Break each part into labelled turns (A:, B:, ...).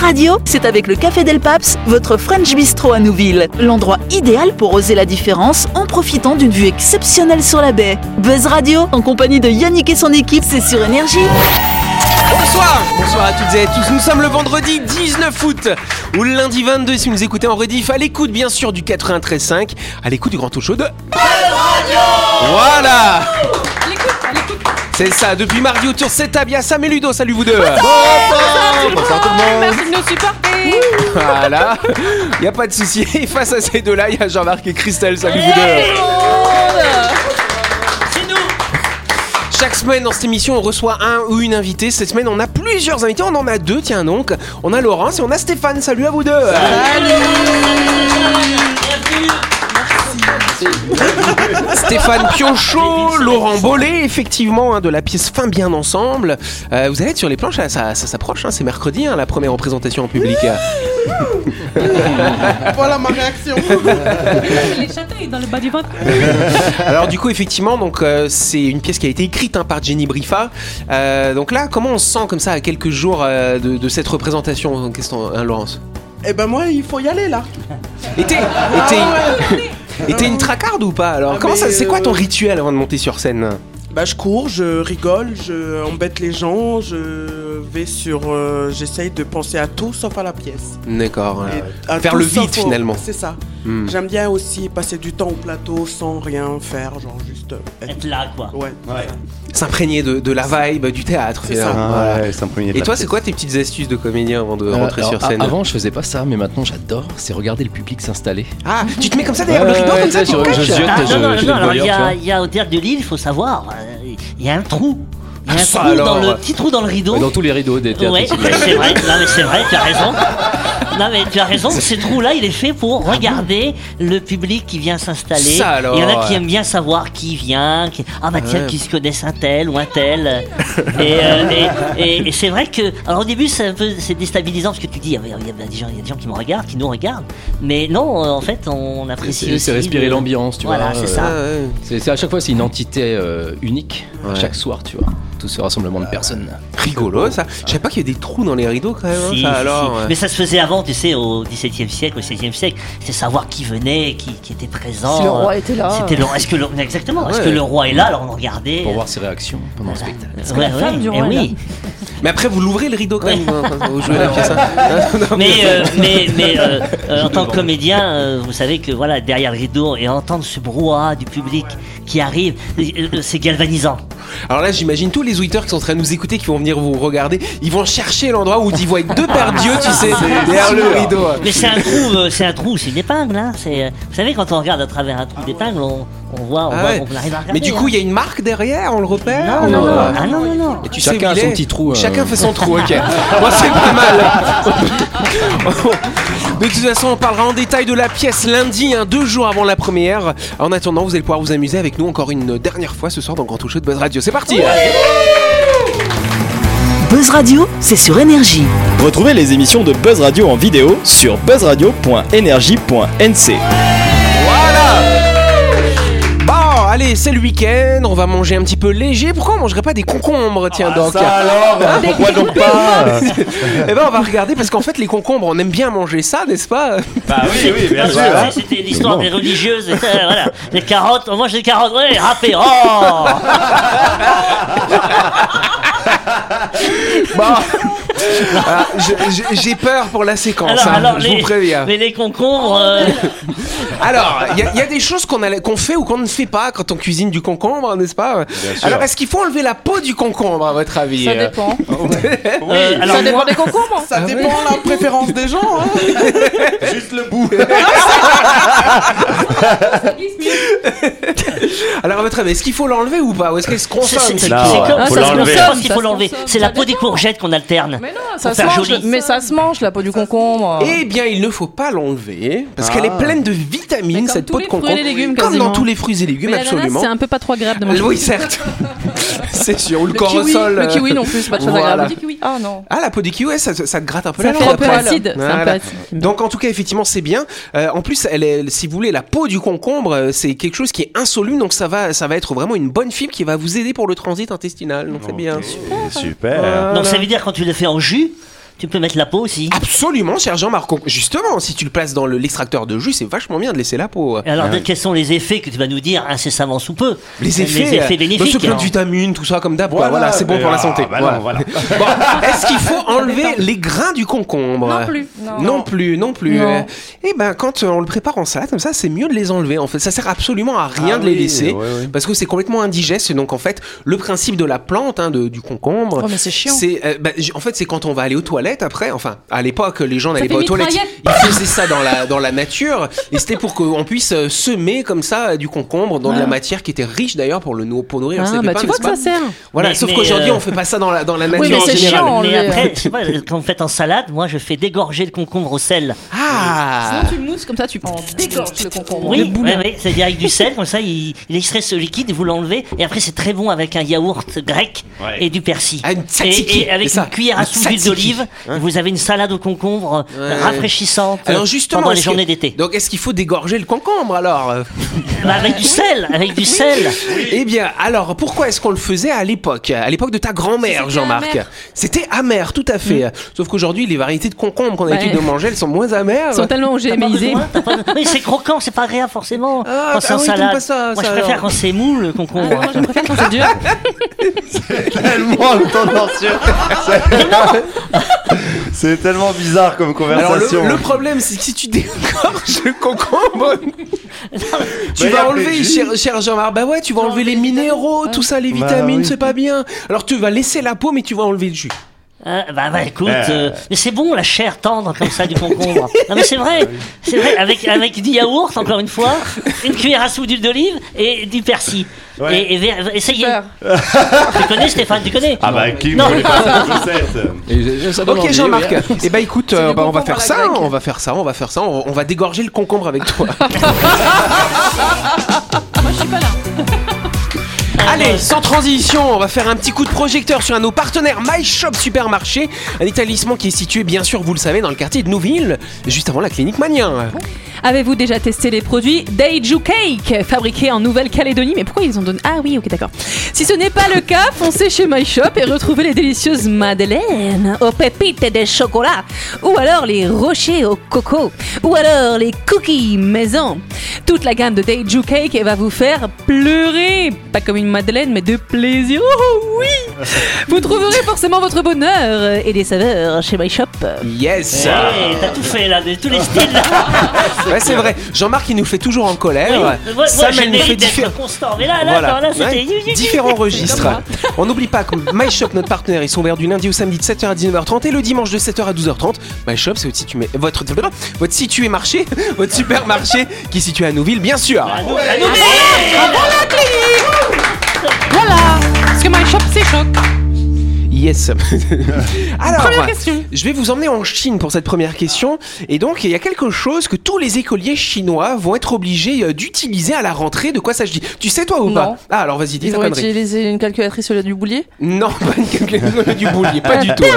A: radio, c'est avec le Café Del Paps, votre French Bistro à Nouville. L'endroit idéal pour oser la différence en profitant d'une vue exceptionnelle sur la baie. Buzz Radio, en compagnie de Yannick et son équipe, c'est sur Énergie.
B: Bonsoir Bonsoir à toutes et à tous, nous sommes le vendredi 19 août ou le lundi 22 si vous nous écoutez en rediff, à l'écoute bien sûr du 93.5, à l'écoute du grand talk show de... Voilà C'est ça, depuis mardi autour, c'est Tab, il y a Sam et Ludo, salut vous deux
C: Bonsoir tout le monde. Merci de nous supporter.
B: Voilà, il n'y a pas de souci. Et face à ces deux-là, il y a Jean-Marc et Christelle, salut vous deux Chaque semaine dans cette émission, on reçoit un ou une invitée. Cette semaine, on a plusieurs invités, on en a deux, tiens donc. On a Laurence et on a Stéphane, salut à vous deux Stéphane Pionchot, Laurent Bollet, effectivement, hein, de la pièce Fin Bien Ensemble. Euh, vous allez être sur les planches, ça, ça- ça s'approche, hein, c'est mercredi, hein, la première représentation en public.
D: Voilà ma réaction.
C: Les châtaignes dans le bas du ventre.
B: Alors du coup, effectivement, donc euh, c'est une pièce qui a été écrite hein, par Jenny Brifa. Euh, donc là, comment on se sent comme ça à quelques jours euh, de, de cette représentation Qu'est-ce qu'on- hein, Laurence
D: Eh ben moi, il faut y aller là.
B: Et t'es- et t'es- et t'es une tracarde ou pas Alors
D: Ah,
B: comment ça
D: mais,
B: C'est quoi ton
D: euh,
B: rituel avant de monter sur scène
D: Bah je cours, je rigole, je embête les gens, je vais sur, euh, j'essaye de penser à tout sauf à la pièce.
B: D'accord.
D: Et à
B: Ah Faire
D: tout
B: le
D: sauf
B: vide,
D: au-
B: finalement.
D: C'est ça.
B: Hmm.
D: J'aime bien aussi passer du temps au plateau sans rien faire, genre juste euh, être.
E: Être là, quoi.
D: Ouais.
B: S'imprégner de, de la vibe, du théâtre.
D: C'est
B: finalement.
D: ça.
B: Voilà.
F: Ah ouais, c'est un premier
B: Et toi, c'est quoi tes petites astuces de comédien avant de rentrer
G: Euh, Alors,
B: sur
G: a-
B: scène
G: Avant, je faisais pas ça, mais maintenant j'adore. C'est regarder le public s'installer.
B: Ah, tu te mets comme ça derrière le
G: Ouais,
B: rideau
G: ouais,
B: comme ça,
G: ouais,
B: tu
G: je-
B: te caches
G: je ziote,
E: Ah,
G: je-
E: non, non,
G: je
E: non,
G: les
E: alors,
G: voyais,
E: il y,
G: tu
E: a-
G: vois.
E: il y a au théâtre de Lille, il faut savoir, euh, il y a un trou. Il y a
B: Ah,
E: un
B: ça
E: trou dans
B: alors.
E: le petit trou dans le rideau.
G: Ouais, Dans tous les rideaux des théâtres.
E: Ouais,
G: ici.
E: c'est vrai, non mais c'est vrai, tu as raison. Non mais tu as raison, ce trou-là, il est fait pour regarder le public qui vient s'installer.
B: Ça, alors,
E: Il y en a qui
B: ouais.
E: aiment bien savoir qui vient, qui- ah bah tiens,
B: Ouais.
E: qui se connaissent un tel ou un tel. Et, euh, et- et- et c'est vrai que, alors au début, c'est un peu c'est déstabilisant parce que tu dis, Ah, il y a- il y, a des gens- il y a des gens qui me regardent, qui nous regardent. Mais non, euh, en fait, on apprécie
G: C'est-
E: aussi.
G: c'est respirer
E: le-
G: l'ambiance, tu
E: voilà,
G: vois,
E: c'est
G: euh,
E: ça.
B: Ah, ouais.
G: C'est c'est- à chaque fois, c'est une entité euh, unique.
B: Ouais. Euh,
G: Chaque soir, tu vois. Tout ce rassemblement de personnes.
B: Rigolo ça. Je savais pas qu'il y a des trous dans les rideaux quand même. hein,
E: Si,
B: ça,
E: si,
B: alors,
E: si.
B: ouais.
E: Mais ça se faisait avant, tu sais, au XVIIe siècle, au XVIe siècle. C'est savoir qui venait, qui, qui était présent.
H: Si le roi était là.
E: C'était le- Est-ce que le... Exactement. Est-ce
B: Ouais.
E: que le roi est là Alors on regardait. Euh,
G: Pour voir ses réactions pendant le spectacle.
E: Ouais,
H: la
E: ouais,
H: femme du
E: eh
H: roi est
E: oui.
B: Mais après, vous l'ouvrez le rideau quand même. hein, Vous jouez la pièce. hein.
E: Mais, euh, mais, mais euh, euh, en tant que comédien, euh, vous savez que voilà, derrière le rideau et entendre ce brouhaha du public qui arrive, euh, euh, c'est galvanisant.
B: Alors là, j'imagine tous les auditeurs qui sont en train de nous écouter, qui vont venir vous regarder, ils vont chercher l'endroit où ils voient deux paires d'yeux, tu sais, derrière le rideau.
E: Mais c'est un trou, euh, c'est un trou, c'est une épingle. Hein. C'est, euh, vous savez, quand on regarde à travers un trou d'épingle, on, on voit, on,
B: Ah
E: voit-
B: ouais.
E: on arrive à regarder.
B: Mais du coup, il y a une marque derrière, on le repère
E: hein. non, non,
B: ou-
E: non, ah, non, non, non.
B: Et tu
G: Chacun
B: sais où il
G: a son
B: est
G: petit trou, euh.
B: Chacun fait son trou, ok. Moi, c'est pas mal. De toute façon, on parlera en détail de la pièce lundi, hein, deux jours avant la première. En attendant, vous allez pouvoir vous amuser avec nous encore une dernière fois ce soir dans le Grand Touche de Buzz Radio. C'est parti hein.
A: Buzz Radio, c'est sur Énergie.
F: Retrouvez les émissions de Buzz Radio en vidéo sur buzzradio.energie.nc.
B: Bon, Bah, allez, c'est le week-end, on va manger un petit peu léger. Pourquoi on mangerait pas des concombres, tiens donc
F: alors, pourquoi donc pas
B: Eh ben, on va regarder parce qu'en fait, les concombres, on aime bien manger ça, n'est-ce pas
F: Bah oui, oui, bien
E: Non,
F: sûr.
E: c'est- C'était l'histoire des religieuses. et ça, voilà. Les carottes, on mange des carottes, ouais, râpées. Oh
B: Ah, je- je- J'ai peur pour la séquence, hein, je vous préviens.
E: mais les concombres, euh,
B: Alors, il y, a- il y a des choses qu'on a- qu'on fait ou qu'on ne fait pas quand on cuisine du concombre, n'est-ce pas
F: sûr.
B: Alors, est-ce qu'il faut enlever la peau du concombre, à votre avis
H: Ça dépend.
E: euh, alors
H: Ça dépend
E: moi,
H: des concombres.
B: Ah
D: Ça dépend la préférence des gens. Hein.
F: Juste le bout.
B: Alors, à votre avis, est-ce qu'il faut l'enlever ou pas Ou est-ce qu'elle se
E: c'est
B: consomme
E: c'est- c'est
B: cette-
E: comme
F: Non, ouais.
E: ça,
H: Faut
E: c'est
H: l'enlever.
E: je pense qu'il
H: Ça
E: faut
H: se
E: l'enlever.
H: consomme,
E: C'est la peau des courgettes qu'on alterne.
H: Mais non, ça se
E: Pour faire
H: mange.
E: joli.
H: Mais ça se mange la peau du concombre.
B: Eh bien, il ne faut pas l'enlever parce qu'elle
D: Ah.
B: est pleine de
H: Mais
B: vitamines,
H: Bah, comme
B: cette
H: tous
B: peau
H: les
B: de
H: fruits et
B: concombre.
H: les légumes,
B: comme dans
H: quasiment.
B: tous les fruits et légumes,
I: Mais l'ananas,
B: absolument.
I: c'est un peu pas trop agréable de manger.
B: Oui, certes. C'est sûr. Ou le,
H: Le
B: corosol.
H: kiwi,
B: euh,
H: le kiwi non plus, pas de choses
B: Voilà.
H: agréables. Ah non.
B: Ah, la peau du kiwi, ouais, ça, ça te gratte un peu
H: Ça
B: la hein.
H: fait
B: langue
H: un peu
B: après.
H: acide,
I: c'est un peu acide.
B: Donc, en tout cas, effectivement, c'est bien. Euh, en plus, elle est- si vous voulez, la peau du concombre, euh, c'est quelque chose qui est insoluble. Donc, ça va, ça va être vraiment une bonne fibre qui va vous aider pour le transit intestinal. Donc, c'est bien.
F: Super.
E: Donc ça veut dire quand tu le fais en jus, Tu peux mettre la peau aussi.
B: Absolument, cher Jean-Marc. Justement, si tu le places dans le- l'extracteur de jus, c'est vachement bien de laisser la peau.
E: Et alors, quels sont les effets que tu vas nous dire incessamment sous peu
B: Les effets, euh, hein.
E: les effets
B: dans ce
E: bénéfiques. hein.
B: plein de
E: alors.
B: vitamines, tout ça comme d'hab. Voilà, voilà c'est bon
F: Ah,
B: pour la santé.
F: bah
B: Voilà. Bon, Est-ce qu'il faut enlever les grains du concombre
H: Non plus.
B: Non,
H: Non.
B: plus, non plus.
H: Non.
B: Euh, Eh ben, quand euh, on le prépare en salade comme ça, c'est mieux de les enlever. En fait, ça sert absolument à rien
F: Ah
B: de les
F: oui,
B: laisser
F: ouais, ouais.
B: parce que c'est complètement indigeste. Donc, en fait, le principe de la plante, hein, de- du concombre,
H: Oh, mais c'est chiant.
B: c'est, euh, bah, j- en fait, c'est quand on va aller aux toilettes après. Enfin, à l'époque, les gens n'allaient
C: fait
B: pas aux
C: mitraillette.
B: toilettes. Ils faisaient ça dans la dans la nature, et c'était pour qu'on puisse euh, semer comme ça euh, du concombre dans de la matière qui était riche d'ailleurs pour le nou- pour nourrir ses
C: Ah, bah
B: pépins,
C: tu vois
B: n'est-ce
C: que
B: pas
C: ça sert.
B: Voilà.
E: Mais-
B: sauf
E: mais,
B: qu'aujourd'hui,
E: euh,
B: on fait pas ça dans la dans la
H: Oui,
B: nature
H: mais
B: en
H: c'est
B: général.
H: chiant.
E: Mais
H: enlever,
E: après,
H: euh.
E: je sais pas, quand vous faites en salade, moi je fais dégorger le concombre au sel.
B: Ah.
H: Sinon, tu le mousses comme ça, tu prends dégorge le concombre.
E: Oui,
H: Le boulot.
E: ouais, ouais, c'est-à-dire avec du sel, comme ça il, il extrait ce liquide, vous l'enlevez, et après c'est très bon avec un yaourt grec
F: Ouais.
E: et du persil.
B: Ah, une tzatziki,
E: et, et avec
B: c'est ça,
E: une cuillère à
B: une
E: soupe d'huile
B: tzatziki. Hein
E: d'olive, vous avez une salade au concombre euh,
B: Ouais, ouais.
E: rafraîchissante
B: Alors
E: euh,
B: justement,
E: pendant les
B: est-ce que-
E: journées d'été.
B: Donc est-ce qu'il faut dégorger le concombre alors
E: Bah, avec du sel, avec du sel.
B: Eh bien, alors pourquoi est-ce qu'on le faisait à l'époque À l'époque de ta grand-mère,
C: C'était
B: Jean-Marc.
C: amer.
B: C'était amer, tout à fait. Sauf qu'aujourd'hui, les variétés de concombre qu'on a
H: Ouais.
B: l'habitude de manger, elles sont moins amères.
H: Ils sont tellement
E: T'as pas
H: géméisés.
E: besoin, t'as pas besoin. Oui, c'est croquant, c'est pas agréable forcément.
B: Ah,
E: quand c'est
B: ah
E: en
B: oui, t'aimes
E: salade.
B: pas ça,
E: moi
B: ça,
E: je préfère
B: alors.
E: quand c'est mou le concombre.
H: Ah, moi, je préfère quand c'est dur.
F: tellement tendancieux. C'est- C'est tellement bizarre comme
B: Alors le,
F: conversation.
B: le problème, c'est que si tu dégorges le concombre, tu
F: Bah, y a
B: vas
F: plus
B: enlever,
F: de jus.
B: cher, cher Jean-Marc, bah ouais, tu vas enlever les minéraux, tout ça, les
F: Bah
B: vitamines,
F: oui.
B: c'est pas bien. Alors tu vas laisser la peau, mais tu vas enlever le jus.
E: Ah, bah, bah, écoute, euh,
F: Euh.
E: mais c'est bon la chair tendre comme ça du concombre. non mais c'est vrai, c'est vrai avec avec du yaourt encore une fois, une cuillère à soupe d'huile d'olive et du persil.
F: Ouais.
E: Et, et ver- essayez.
H: Peur.
E: Tu connais Stéphane, tu connais.
F: Ah bah qui
E: Non.
F: voulait pas cette recette
B: Ok Jean-Marc, et bah écoute, euh,
H: du
B: bah, on
H: concombre
B: va
H: à
B: faire
H: la
B: ça,
H: grecque.
B: on va faire ça, on va faire ça, on, on va dégorger le concombre avec toi. Allez, sans transition, on va faire un petit coup de projecteur sur un de nos partenaires, My Shop Supermarché, un établissement qui est situé, bien sûr, vous le savez, dans le quartier de Nouville, juste avant la clinique Manien.
E: Oh.
I: Avez-vous déjà testé les produits Daiju Cake, fabriqués en Nouvelle-Calédonie Mais pourquoi ils ont donné Ah oui, ok, d'accord. Si ce n'est pas le cas, foncez chez My Shop et retrouvez les délicieuses madeleines aux pépites de chocolat, ou alors les rochers au coco, ou alors les cookies maison. Toute la gamme de Daiju Cake va vous faire pleurer, pas comme une madeleine, mais de plaisir. Oh oui Vous trouverez forcément votre bonheur et des saveurs chez My Shop.
B: Yes
E: Ouais, Eh, t'as tout fait là, de tous les styles. Là.
B: Ah, Ouais, c'est vrai, Jean-Marc, il nous fait toujours en
E: Oui,
B: colère.
E: moi, moi,
B: Sam,
E: j'ai
B: il
E: le
B: nous fait
E: mérite
B: diffé-
E: d'être constant. Mais Ah, là, là,
B: Voilà.
E: non, là, c'était.
B: Ouais. différents registres. On n'oublie pas que My Shop, notre partenaire, ils sont ouverts du lundi au samedi de 7h à 19h30 et le dimanche de 7h à 12h30. My Shop, c'est votre situé, votre, votre situé marché, votre supermarché qui est situé à Nouville, bien sûr.
E: Ah, nous- ah, nous-
I: Parce que My Shop, c'est choc.
B: Yes. Alors,
I: Première question.
B: je vais vous emmener en Chine pour cette première question. Et donc, il y a quelque chose que tous les écoliers chinois vont être obligés euh, d'utiliser à la rentrée. De quoi ça je dis Tu sais toi ou pas
H: Non.
B: Ah, alors vas-y, dis
H: Ils
B: ta
H: ont
B: connerie.
H: utilisé une calculatrice au lieu du boulier.
B: Non, pas une calculatrice du boulier, pas du tout. Euh, hein.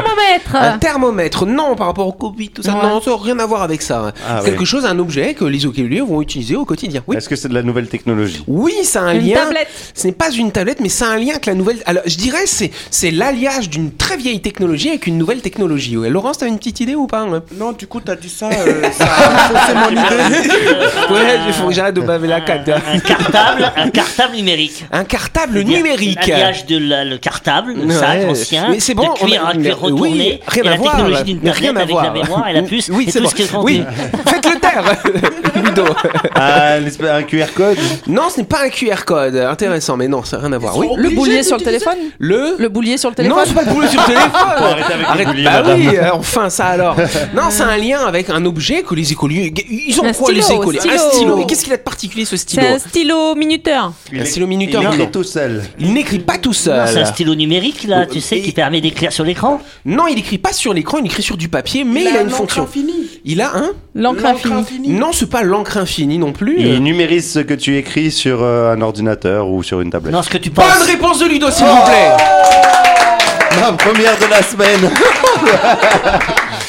B: Un
I: Thermomètre.
B: thermomètre, non, par rapport au Covid, tout ça,
H: Ouais.
B: non, ça n'a rien à voir avec ça.
F: Ah,
B: Quelque
F: oui.
B: chose, un objet que les écoliers vont utiliser au quotidien. Oui.
F: Est-ce que c'est de la nouvelle technologie
B: Oui, ça a un
I: Une
B: lien.
I: tablette.
B: Ce n'est pas une tablette, mais ça a un lien avec la nouvelle. Alors, je dirais, c'est c'est l'alliage d'une très vieille technologie avec une nouvelle technologie. Ouais. Laurence, t'as une petite idée ou pas hein
D: Non, du coup, t'as dit ça, euh, ça a faussé mon idée.
B: Ouais, il faut que j'arrête de baver la
E: un,
B: carte.
E: euh, un cartable, un cartable numérique.
B: Un cartable
E: C'est-à-dire
B: numérique.
E: L'alliage de la- le cartable, le
B: Ouais.
E: sac ancien,
B: Mais c'est bon,
E: le cuir,
B: on a-
E: un cuir
B: mais- oui,
E: retourné,
B: rien
E: et
B: à
E: la
B: voir,
E: technologie d'une
B: mais
E: tablette
B: rien à
E: avec la
B: voir.
E: mémoire et la puce,
B: Oui,
E: et
B: c'est
E: tout
B: bon.
E: ce que
B: Oui, faites le taire, Ludo.
F: Ah, une espèce- un QR code
B: Non, ce n'est pas un QR code. Intéressant, mais non, ça n'a rien à voir. Oui.
H: Le boulier sur le téléphone
B: Le.
H: Le boulier sur le
B: Non,
H: téléphone
B: c'est pas le boulot sur le téléphone.
F: arrêter avec les bouliers,
B: bah
F: madame.
B: oui, euh, enfin ça alors. Non, c'est un lien avec un objet que les écoliers. Ils ont
I: Un
B: quoi les
I: stylo,
B: écoliers Un
I: stylo.
B: stylo. Mais qu'est-ce qu'il a de particulier ce stylo
I: C'est un stylo minuteur.
F: Il est-
B: C'est le minuteur,
F: Il
B: non.
F: est tout seul.
B: Il n'écrit pas tout
E: C'est un
B: seul.
E: stylo numérique là, tu sais, qui
B: Et-
E: permet d'écrire sur l'écran.
B: Non, il écrit pas sur l'écran, il écrit sur du papier, mais il a une
D: l'encre
B: fonction.
D: infinie.
B: Il a un
H: L'encre infinie.
B: Non, c'est pas l'encre infinie non plus.
F: Il numérise ce que tu écris sur euh, un ordinateur ou sur une tablette.
E: Non, ce que tu penses.
B: Bonne réponse de Ludo, s'il vous plaît.
F: La première de la semaine.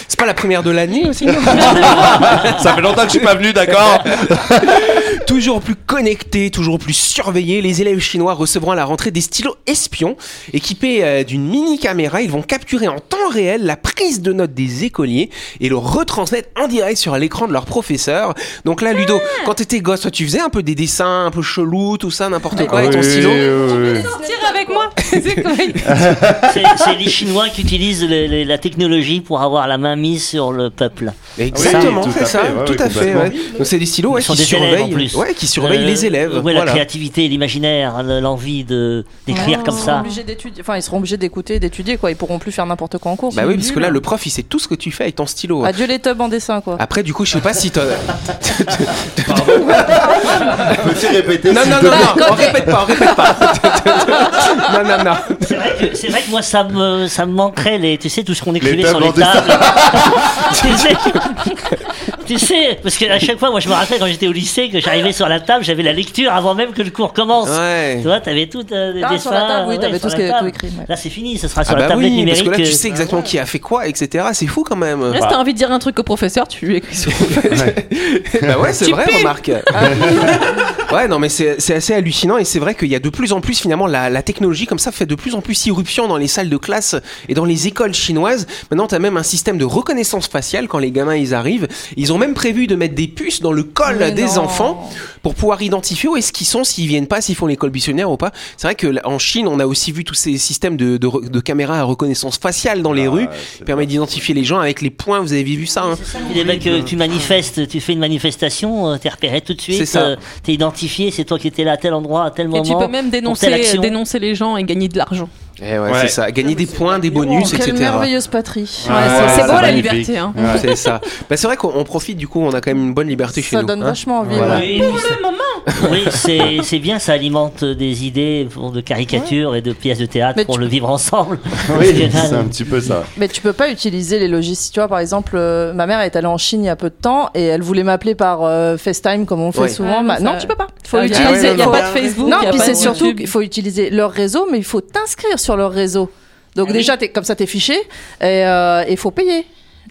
B: C'est pas la première de l'année aussi non
F: Ça fait longtemps que je suis pas venu, d'accord
B: Toujours plus connectés, toujours plus surveillés, les élèves chinois recevront à la rentrée des stylos espions. Équipés euh, d'une mini caméra, ils vont capturer en temps réel la prise de notes des écoliers et le retransmettre en direct sur l'écran de leur professeur. Donc là, Ludo,
F: Ah.
B: quand t'étais gosse, toi, tu faisais un peu des dessins un peu chelous, tout ça, n'importe
I: Ah
B: quoi, avec ton stylo.
I: Sortir avec moi C'est quoi
E: C'est c'est les Chinois qui utilisent le- le- la technologie pour avoir la main mise sur le peuple.
B: Exactement,
F: tout à
B: c'est ça,
F: fait, ouais,
B: tout
F: ouais,
B: à fait.
F: complètement.
B: ouais. Donc c'est des stylos ouais,
E: Ce sont
B: qui,
E: des élèves, en
B: surveillent,
E: plus.
B: ouais, qui surveillent
E: Euh,
B: les élèves.
E: ouais, La
B: voilà.
E: créativité, l'imaginaire, le- l'envie de d'écrire comme
H: Ils seront
I: Oh,
E: ça.
H: obligés d'étudier. Enfin, ils seront obligés d'écouter et d'étudier, quoi. Ils pourront plus faire n'importe quoi en cours.
B: Bah oui, parce que là, le Ah, prof, il sait tout ce que tu fais avec ton stylo.
F: Ah.
H: Adieu les tubs en dessin, quoi.
B: Après, du coup, je sais pas si t'as.
F: Peux-tu répéter
B: Non,
F: s'il
B: non,
F: te
B: non,
F: plaît
B: non, on répète pas, on répète pas. non, non, non.
E: C'est vrai, que- c'est vrai que moi ça me ça me manquerait les tu sais tout ce qu'on écrivait sur
F: tables
E: les
F: en dessin.
E: tables. tu, sais, tu sais parce que à chaque fois moi je me rappelle quand j'étais au lycée que j'arrivais sur la table j'avais la lecture avant même que le cours commence.
B: Ouais.
E: Tu vois t'avais tout euh, des
H: Ah,
E: dessins.
H: sur la table, oui,
E: ouais,
H: t'avais
E: sur
H: tout ce
E: la
H: qui
E: table.
H: tout écrit. ouais.
E: Là c'est fini, ce sera sur
B: Ah bah
E: la tablette
B: oui, parce
E: numérique.
B: que là, tu
E: euh,
B: sais exactement qui a fait quoi, etc. C'est fou quand même.
I: Là, si t'as envie de dire un truc au professeur, tu lui écris sur
B: bah ouais, c'est
I: Tu
B: vrai,
I: pues.
B: remarque. ouais, non, mais c'est c'est assez hallucinant et c'est vrai qu'il y a de plus en plus, finalement, la, la technologie comme ça fait de plus en plus irruption dans les salles de classe et dans les écoles chinoises. Maintenant, t'as même un système de reconnaissance faciale quand les gamins ils arrivent. Ils ont même prévu de mettre des puces dans le col
H: Mais
B: des
H: non.
B: enfants pour pouvoir identifier où est-ce qu'ils sont, s'ils viennent pas, s'ils font l'école missionnaire ou pas. C'est vrai que là, en Chine, on a aussi vu tous ces systèmes de, de re- de caméras à reconnaissance faciale dans les
F: Ah,
B: rues
F: c'est
B: qui permettent d'identifier les gens avec les points. Vous avez vu ça hein.
E: Il est bien euh, que tu manifestes, tu fais une manifestation, euh, t'es repéré tout de
B: C'est
E: suite,
B: ça.
E: euh, t'es identifié, c'est toi qui étais là à tel endroit, à tel
I: Et
E: moment.
I: tu peux même dénoncer,
E: telle action.
I: dénoncer les gens et gagner de l'argent.
B: Eh ouais,
F: Ouais.
B: c'est ça. Gagner des points, des bonus,
H: Oh, Quelle
B: etc.
H: merveilleuse patrie.
F: Ouais,
I: Ouais, c'est-
F: ouais,
I: c'est beau, la
F: magnifique.
I: liberté, hein.
F: Ouais.
B: C'est ça. Bah, c'est vrai qu'on on profite du coup, on a quand même une bonne liberté chez
H: Ça
B: nous.
H: donne
B: hein.
H: vachement envie.
F: Voilà.
H: ouais.
E: Oui, oui, ça- Oui, c'est c'est bien, ça alimente des idées bon, de caricatures et de pièces de théâtre
H: Mais
E: pour
H: tu-
E: le vivre ensemble. Parce que
F: Oui,
E: là,
F: c'est un petit peu ça.
H: Mais tu peux pas utiliser les logiciels. Tu vois, par exemple, euh, ma mère est allée en Chine il y a peu de temps et elle voulait m'appeler par euh, FaceTime comme on fait
B: Ouais.
H: souvent.
I: Ouais,
H: Ma-
I: ça-
H: Non, tu peux pas. Ah, Faut
I: Faut
B: Ah
H: utiliser.
I: utiliser, il n'y a
H: faut-
I: pas de Facebook.
H: Non,
I: y a
H: puis
I: pas
H: c'est
I: de
H: surtout
I: YouTube.
H: qu'il faut utiliser leur réseau, mais il faut t'inscrire sur leur réseau.
I: Ah
H: Donc déjà, t'es- comme ça, t'es fiché et il faut payer.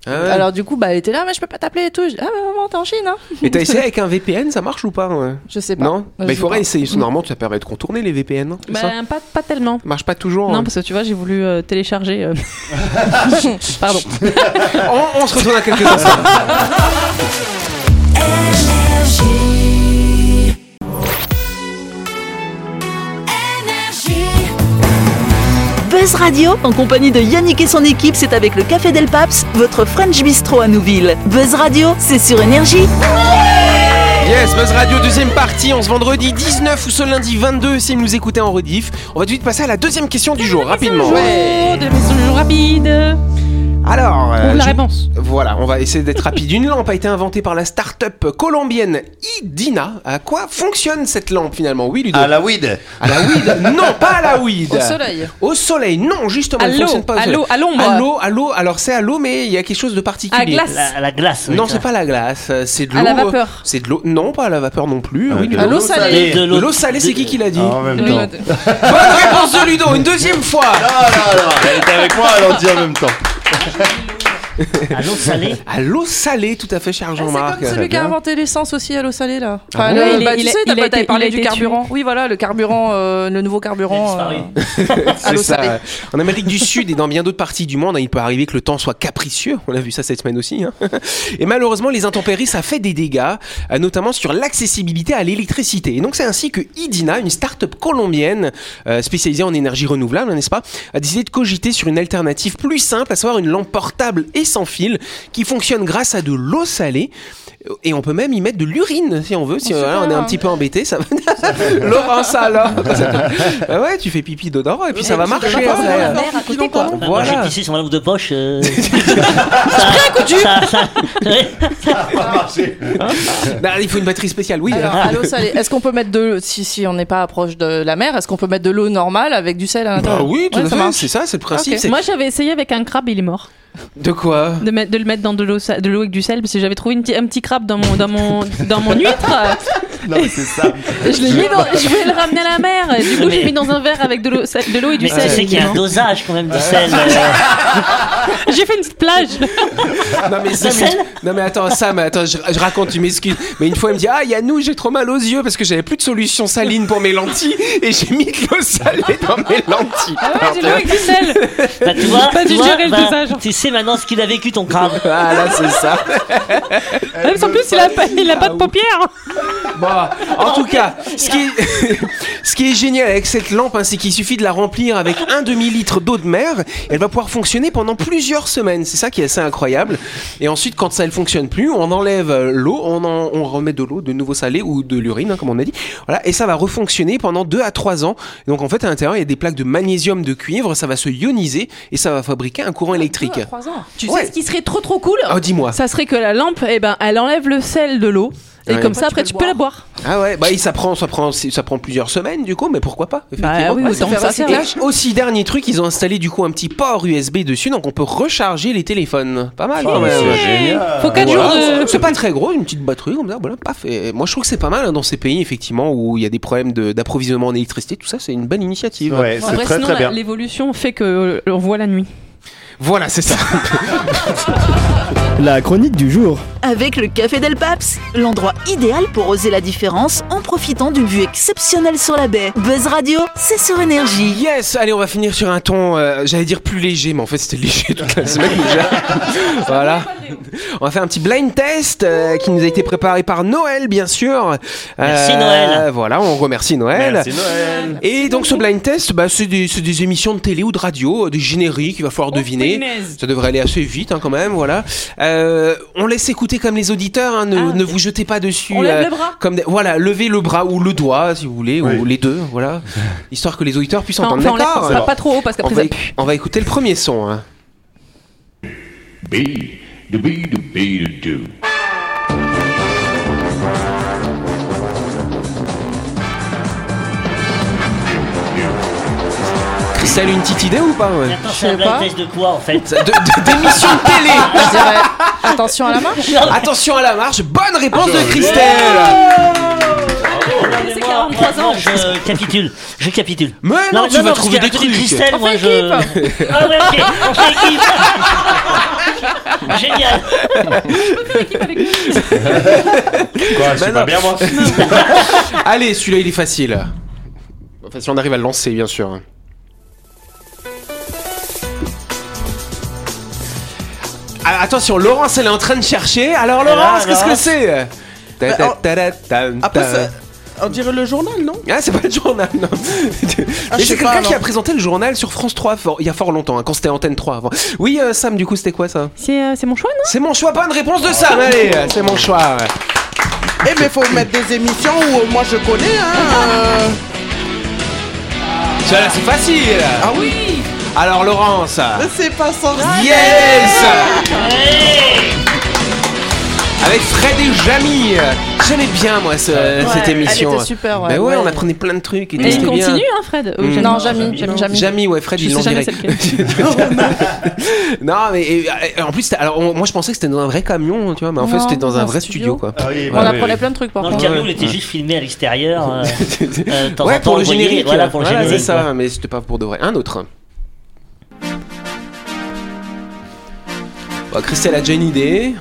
B: Ah ouais.
H: Alors du coup, bah, elle était là, mais je peux pas t'appeler et tout. Je dis, ah, mais maman, t'es en Chine, hein
B: Et t'as essayé avec un VPN, ça marche ou pas ouais
H: Je sais pas.
B: Non
H: Je
B: Bah,
H: sais
B: il faudrait
H: pas. Bah.
B: essayer. Normalement, ça permet de contourner les VPN. non hein, C'est ça
I: Ben, pas, pas tellement.
B: marche pas toujours.
I: Non,
B: hein.
I: parce que tu vois, j'ai voulu euh, télécharger. euh, Pardon.
B: Ah, on, on se retourne à quelques instants.
A: Buzz Radio, en compagnie de Yannick et son équipe, c'est avec le Café Del Paps, votre French Bistro à Nouville. Buzz Radio, c'est sur Énergie.
B: Yes, Buzz Radio, deuxième partie. On se vendredi 19 ou ce lundi 22 si vous nous écoutez en rediff. On va tout de suite passer à la deuxième question du jour, rapidement.
I: Oh, de la maison du jour rapide.
B: Alors, euh,
I: Trouve la
B: je-
I: réponse.
B: Voilà, on va essayer d'être rapide. Une lampe a été inventée par la start-up colombienne Idina. À quoi fonctionne cette lampe finalement Oui, Ludo
F: À la weed
B: À la weed Non, pas à la weed
H: Au soleil.
B: Au soleil, non, justement, elle
I: Allô,
B: fonctionne pas au soleil.
I: allô, à l'ombre.
B: À l'eau, à l'eau, alors c'est à l'eau, mais il y a quelque chose de particulier.
I: À glace.
H: Ah,
E: La, la glace. oui,
B: Non,
E: ça.
B: c'est pas la glace, euh, c'est de l'eau.
I: À la
B: euh,
I: vapeur.
B: C'est de l'eau, non, pas à la vapeur non plus.
F: Ah,
B: oui,
F: de
B: de
H: À
B: l'eau.
H: l'eau salée.
E: De
B: De
E: l'eau-
B: l'au salée, c'est qui qui l'a dit
F: Ah, En même temps.
B: Bonne réponse de Ludo, une deuxième fois
F: Ah là là, elle était avec moi, elle en dit en même temps.
E: À l'eau salée.
B: À l'eau salée, tout à fait, cher
H: Ah,
B: Jean-Marc. euh,
H: C'est comme celui qui a
F: bien.
H: inventé l'essence aussi à l'eau salée là.
B: Ah
H: Enfin,
B: bon
H: le-
I: Oui, il est-
H: bah,
I: il
H: tu
I: est-
H: sais, t'as
I: il a
H: pas-
I: été-
H: t'avais parlé
I: il a
H: du
I: été
H: carburant. Oui, voilà, le carburant, euh, le nouveau carburant. euh,
E: Il a disparu.
H: à l'eau
B: C'est ça.
H: salée.
B: En Amérique du Sud et dans bien d'autres parties du monde, hein, il peut arriver que le temps soit capricieux. On a vu ça cette semaine aussi. hein. Et malheureusement, les intempéries, ça fait des dégâts, euh, notamment sur l'accessibilité à l'électricité. Et donc, c'est ainsi que Idina, une start-up colombienne euh, spécialisée en énergie renouvelable, n'est-ce pas, a décidé de cogiter sur une alternative plus simple, à savoir une lampe portable et sans fil qui fonctionne grâce à de l'eau salée. Et on peut même y mettre de l'urine si on veut, si
H: Oh,
B: voilà, on est
H: super.
B: un petit peu embêté. Ça... va- Laurence, alors Ah Ouais, tu fais pipi dedans et puis ça va marcher. après. euh.
D: la mère à côté, quoi.
E: Enfin, Moi Bah, j'ai
B: Voilà.
E: glissé sur ma langue de poche. Euh... ça, ça, ça- ouais.
B: Bah, il faut une batterie spéciale, oui.
H: Alors,
B: hein.
H: à l'eau salée, est-ce qu'on peut mettre de si si on n'est pas proche de la mer, est-ce qu'on peut mettre de l'eau normale avec du sel à l'intérieur
B: Bah oui, tout
H: Ouais,
B: à
H: ça
B: fait.
H: marche.
B: C'est ça, c'est le principe.
H: Ok.
B: c'est-
I: Moi, j'avais essayé avec un crabe et il est mort.
B: De quoi
I: De, mettre- de le mettre dans de l'eau sa- de l'eau avec du sel, parce que j'avais trouvé une, petit- un petit crabe dans mon, dans mon, dans mon huître.
F: Non, mais c'est ça.
I: Je, l'ai mis dans- je vais le ramener à la mer. Du coup,
E: Mais-
I: j'ai mis dans un verre avec de l'eau, sel- de l'eau et du
E: Mais tu
I: sel.
E: sais qu'il y a un
I: évidemment.
E: dosage quand même du sel. euh,
I: J'ai fait une petite plage.
B: Non mais, Sam,
E: Marcel
B: il- non mais attends, Sam, attends, je, je raconte, tu m'excuses. Mais une fois, il me dit Ah, Yannou, j'ai trop mal aux yeux parce que j'avais plus de solution saline pour mes lentilles et j'ai mis de l'eau salée dans mes lentilles.
I: Ouais, j'ai l'eau avec du sel.
E: Bah, tu vois,
I: Pas
E: tu,
I: digérer
E: vois,
I: le
E: bah,
I: dosage.
E: tu sais maintenant ce qu'il a vécu ton crâne.
B: Ah là, c'est ça.
I: Même sans plus, il a pas, il a pas de paupières.
B: Bon, en tout cas, ce qui, est, ce qui est génial avec cette lampe, hein, c'est qu'il suffit de la remplir avec un demi-litre d'eau de mer. Elle va pouvoir fonctionner pendant plusieurs semaines. C'est ça qui est assez incroyable. Et ensuite, quand ça ne fonctionne plus, on enlève euh, l'eau, on, en- on remet de l'eau, de nouveau salée ou de l'urine, hein, comme on a dit. Voilà, et ça va refonctionner pendant 2 à 3 ans. Et donc, en fait, à l'intérieur, il y a des plaques de magnésium, de cuivre. Ça va se ioniser et ça va fabriquer un courant électrique.
I: Tu
B: Ouais.
I: sais ce qui serait trop trop cool
B: Oh, dis-moi.
I: Ça serait que la lampe, eh ben, elle enlève le sel de l'eau. Et
B: Ouais.
I: comme ça, après, tu peux la boire.
B: Ah ouais, bah, ça prend, ça prend, ça prend plusieurs semaines, du coup, mais pourquoi pas, effectivement.
I: Bah oui,
H: Ouais,
I: autant
H: Ah, ça
I: que ça
H: fait
I: sert.
B: Et là, aussi, dernier truc, ils ont installé du coup un petit port USB dessus, donc on peut recharger les téléphones. Pas
I: Ah,
B: mal. quand
F: mais
B: même.
F: c'est
I: Ouais.
F: génial.
I: Faut 4
B: Eh, Voilà,
I: jours de.
B: C'est pas très gros, une petite batterie comme ça, voilà, paf. Et moi je trouve que c'est pas mal hein, dans ces pays effectivement où il y a des problèmes de- d'approvisionnement en électricité, tout ça c'est une bonne initiative.
F: Ouais,
I: En
F: c'est
I: vrai,
F: très
I: sinon,
F: très
I: la-
F: bien.
I: l'évolution fait que euh, on voit la nuit.
B: Voilà, c'est ça.
J: La chronique du jour.
A: Avec le Café Del Paps, l'endroit idéal pour oser la différence en profitant d'une vue exceptionnelle sur la baie. Buzz Radio, c'est sur énergie.
B: yes, allez, on va finir sur un ton, euh, j'allais dire plus léger, mais en fait c'était léger toute la semaine déjà. voilà. On va faire un petit blind test euh, qui nous a été préparé par Noël, bien sûr. Euh,
E: Merci, Noël.
B: Voilà, on remercie Noël.
F: Merci Noël.
B: Et donc ce blind test, bah, c'est des, c'est des émissions de télé ou de radio, euh, des génériques, il va falloir deviner. Ça devrait aller assez vite hein, quand même, voilà. Euh, on laisse écouter comme les auditeurs, hein, ne,
I: Ah,
B: ne vous jetez pas dessus.
I: On lève
B: euh,
I: le bras.
B: comme des- voilà, levez le bras ou le doigt si vous voulez, ou
F: Oui.
B: les deux, voilà. Histoire que les auditeurs puissent
I: Ah, Enfin,
B: entendre.
I: enfin, on lève-
B: D'accord
I: ça va pas trop haut parce
B: on
I: qu'après
B: va,
I: ça
B: éc- on va écouter le premier son. hein. Ça a une petite idée ou pas ouais
E: Mais Attends, c'est un
H: sais
E: blind
H: pas.
E: test de quoi en fait
B: Ça- de- de- D'émission de télé
H: Je dirais, attention à la marche.
B: Attention à la marche, bonne réponse de Christelle
E: C'est 43 ans. Je capitule. Je capitule.
B: Mais non, tu vas
E: parce
B: trouver
E: qu'il y a
B: des
E: un truc,
B: trucs.
E: Christelle,
H: On
E: moi
H: fait
E: je. Ah ouais, ok, on fait équipe. Génial.
F: Quoi, je
B: Ben
F: suis pas
B: non.
F: bien moi
B: Allez, celui-là il est facile. Enfin, si on arrive à le lancer, bien sûr. Ah, attention, Laurence, elle est en train de chercher. Alors,
E: là,
B: Laurence, qu'est-ce que
E: Laurence.
B: c'est Ta- ta- ta- ta- ta- ta-
D: Après, ça- on dirait le journal, non
B: Ah, c'est pas le journal, non.
D: Ah,
B: Mais
D: je
B: c'est
D: sais pas,
B: quelqu'un qui
D: non.
B: a présenté le journal sur France 3 fort- il y a fort longtemps, hein, quand c'était Antenne 3. avant. Oui, euh, Sam, du coup, c'était quoi ça
I: C'est euh, c'est mon choix, non
B: C'est mon choix, bonne réponse de Sam. Allez, c'est mon choix. ouais.
D: Eh, mais faut mettre des émissions où euh, moi je connais, hein euh,
B: Celui-là, c'est facile.
D: Ah oui
B: Alors, Laurence.
D: euh, C'est pas sorcier
B: Yes Avec Fred et Jamy J'aimais bien moi ce- cette
H: Ouais,
B: émission.
H: Elle était super.
B: Mais
H: Ouais,
B: ouais,
H: ouais.
B: on apprenait plein de trucs et, tout,
I: Et il
B: c'était bien.
I: continue, hein, Fred Ou
B: Mm.
I: Jamie
H: Non, jamais, jamais, jamais.
B: Jamy, ouais, Fred,
I: Je
B: il
I: sais
B: l'en
I: jamais
B: dirait. non, mais et- et- en plus, c'était- alors on- moi je pensais que c'était dans un vrai camion, tu vois, mais en fait
H: Non,
B: c'était dans
H: dans
B: un
H: un
B: vrai
H: studio.
B: studio, quoi.
F: Ah oui,
H: On
F: bah oui,
H: apprenait
F: oui.
H: plein de trucs par
E: Dans le
H: contre.
E: camion, il était juste filmé à l'extérieur. euh, euh, de temps en
B: ouais,
E: temps,
B: pour
E: on
B: le
E: voyait,
B: générique. euh,
E: Voilà, pour le
B: Voilà,
E: générique.
B: c'est ça, mais c'était pas pour de vrai. Un autre. Bon, Christelle a déjà une idée.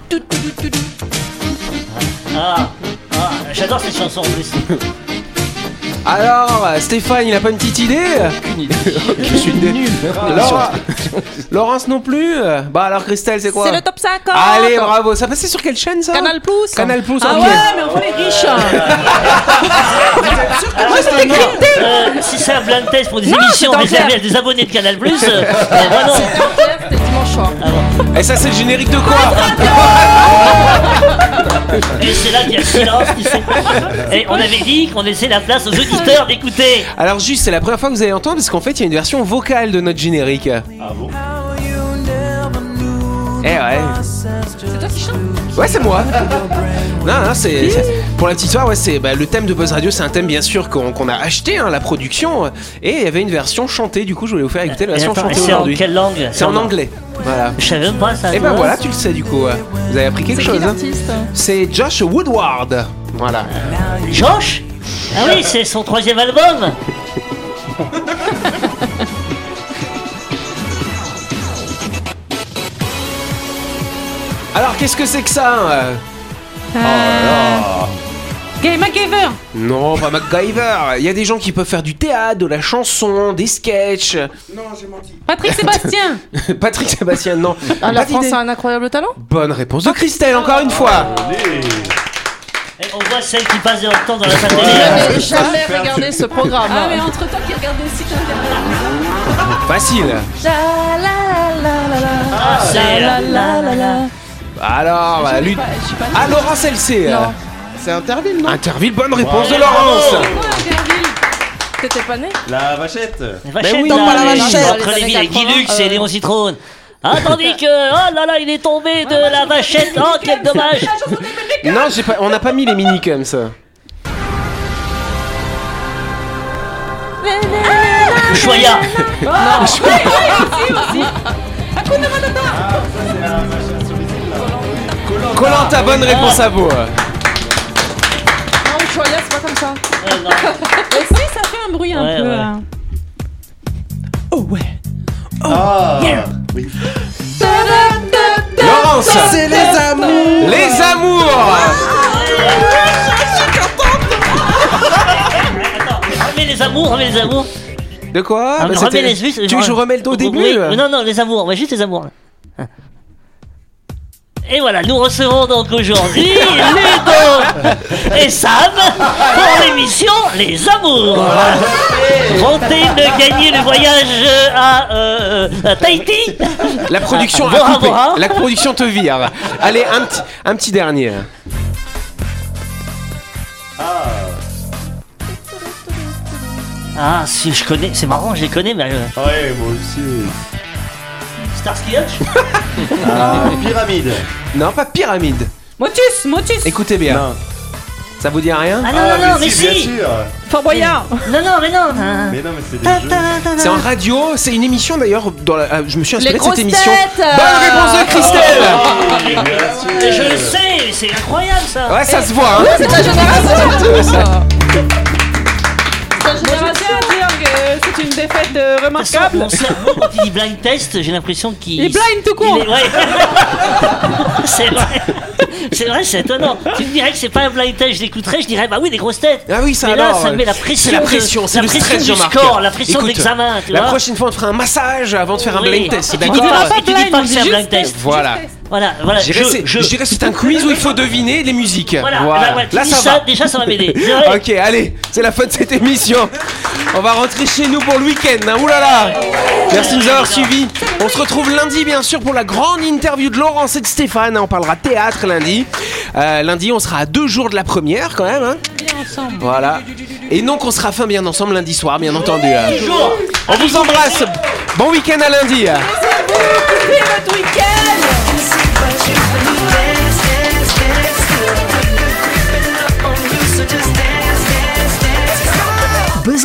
E: Ah, ah, j'adore cette chanson en plus.
B: Alors, Stéphane, il a pas une petite idée Je suis nul. Laura- Laurence non plus Bah alors, Christelle, c'est quoi
I: C'est le top 50
B: Allez, bravo. Ça passait sur quelle chaîne ça
I: Canal Plus
B: Canal Plus,
I: Ah
B: ok.
I: ouais, mais on est riche hein.
B: Ah,
E: Alors, euh, si c'est un blind test pour des émissions
I: c'est
E: réservées à des abonnés de Canal Plus, euh, euh, moi, non.
H: C'était dimanche soir.
B: Et ça, c'est le générique de quoi
E: Et c'est là qu'il y a le silence, tu sais. Et on avait dit qu'on laissait la place aux auditeurs d'écouter.
B: Alors, juste, c'est la première fois que vous allez entendre parce qu'en fait, il y a une version vocale de notre générique.
F: Ah bon
B: Eh ouais.
I: C'est toi qui chante
B: Ouais, c'est moi. Non, non, c'est c'est- pour la petite histoire. Ouais, c'est bah, le thème de Buzz Radio, c'est un thème bien sûr qu'on qu'on a acheté, hein, la production. euh, Et il y avait une version chantée. Du coup, je voulais vous faire écouter la
E: Et
B: version
E: attends,
B: chantée
E: C'est en
B: aujourd'hui.
E: quelle langue
B: C'est en anglais. Voilà.
E: Je savais même pas ça.
B: Et
E: tu
B: ben
E: vois.
B: voilà, tu le sais du coup. euh. Vous avez appris quelque chose. hein. C'est Josh Woodward. Voilà.
E: Josh Ah oui, c'est son troisième album
B: Alors, qu'est-ce que c'est que ça euh
I: Gay MacGyver
B: Non, pas MacGyver. Il y a des gens qui peuvent faire du théâtre, de la chanson, des sketchs.
D: Non, j'ai menti.
I: Patrick Sébastien
B: Patrick Sébastien, non.
H: Ah,
B: Pas
H: la
B: d'idée.
H: France a un incroyable talent
B: Bonne réponse de Christelle, encore une fois.
E: Et On voit celle qui passe de leur temps dans la salle
H: Je
E: télé.
H: n'ai jamais regardé ce programme.
I: Ah, mais entre temps qui regarde le site internet.
B: Facile.
I: La la la la la
E: Ah, c'est
I: la la la la.
B: Alors, bah, lui.
I: Bah, je suis pas
B: Ah, Laurence LC. euh,
H: Non.
D: C'est Interville, non Oh
B: Interville, bonne réponse de Laurence.
I: hein,
H: T'étais pas né
F: La vachette
E: Vachette,
B: oui,
E: là,
B: non, pas la
E: mais
B: vachette.
E: Entre les
H: Les
E: villes avec Guy
H: années
E: Lux
H: 80,
E: et Léon Citrone. Ah, tandis que, oh là là, il est tombé de la vachette. Oh, quel dommage.
B: Non, j'ai pas, on n'a pas mis les minicums. ça.
E: Choya.
D: Ah.
B: Colanta, bonne réponse à vous.
H: Non, le Choya, c'est pas comme ça.
E: Euh,
I: Mais si, ça fait un bruit un
E: Ouais,
I: peu.
E: ouais.
I: hein.
F: Ah Oui.
B: Laurence,
D: C'est les amours
B: les amours.
E: Remets les amours, remets les amours.
B: De quoi
E: Ah,
B: Bah,
E: remets
B: c'était-
E: les juste.
B: Tu veux que je remets le dos au début euh.
E: Oui, Non, non, les amours, ouais, juste les amours. là. Et voilà, nous recevons donc aujourd'hui Ludo et Sam pour l'émission Les Amours. Vont-ils de gagner le voyage euh, à, euh, euh, à Tahiti
B: La production a
E: Ah, Bora
B: coupé.
E: Bora.
B: La production te vire. Allez, un petit, un petit dernier.
E: Ah, si je connais, c'est marrant, je les connais, mais euh,
F: Ouais, moi aussi.
E: Starsky Hutch
F: Ah, pyramide
B: Non, pas pyramide.
I: Motus, Motus
B: Écoutez bien.
F: Non.
B: Ça vous dit rien
E: Ah non, non, non, mais
F: bien
E: si
F: sûr Euh.
I: Fort Boyard
E: Non, non, mais non hein.
F: Mais non, mais c'est des jeux.
E: Ah.
B: C'est en radio, c'est une émission d'ailleurs. Dans la- euh, je me suis inspiré
H: Les
B: de cette
H: grosses
B: émission.
H: têtes euh,
B: Bonne réponse de Christelle
F: Ah, Bien sûr.
E: Mais Je le sais, c'est incroyable ça
B: Ouais, ça se voit. hein.
H: C'est ta génération C'est ta
I: Je
H: génération
I: tiens à dire que c'est une défaite euh,
E: Parce que
I: remarquable.
E: Mon cerveau, quand il dit blind test, j'ai l'impression qu'il.
I: Il est blind tout court.
E: il est- ouais. c'est vrai. C'est vrai, c'est étonnant. Tu me dirais que c'est pas un blind test, je l'écouterais, je dirais bah oui, des grosses têtes.
B: Ah oui, ça
E: Mais là,
B: alors,
E: ça me met la
B: c'est
E: pression.
B: la
E: de-
B: pression, c'est
E: la
B: le
E: pression
B: stress,
E: du
B: Jean-Marc.
E: score, la pression de
B: Écoute,
E: l'examen, tu
B: La
E: vois.
B: prochaine fois, on te fera un massage avant de faire un
E: Oui.
B: blind test.
E: Et tu
B: d'accord
E: diras pas
I: Et tu dis
E: blind,
I: pas
E: que c'est un blind test.
B: Voilà.
E: Voilà, voilà.
B: Je dirais
E: je-
B: c'est-
E: je-
B: je dirais c'est un quiz où il faut deviner les musiques.
E: Voilà, là, voilà, tu
B: Là,
E: dis
B: ça
E: ça,
B: va.
E: déjà ça va m'aider. C'est vrai.
B: Ok, allez, c'est la fin de cette émission. On va rentrer chez nous pour le week-end. Hein. Ouh là là Merci de nous avoir suivis. On se retrouve lundi, bien sûr, pour la grande interview de Laurence et de Stéphane. On parlera théâtre lundi. Euh, lundi, on sera à deux jours de la première, quand même. hein. Voilà. Et donc, on sera fin bien ensemble lundi soir, bien entendu. hein.
E: Toujours.
B: On vous embrasse. Bon week-end à lundi. hein.
A: Buzz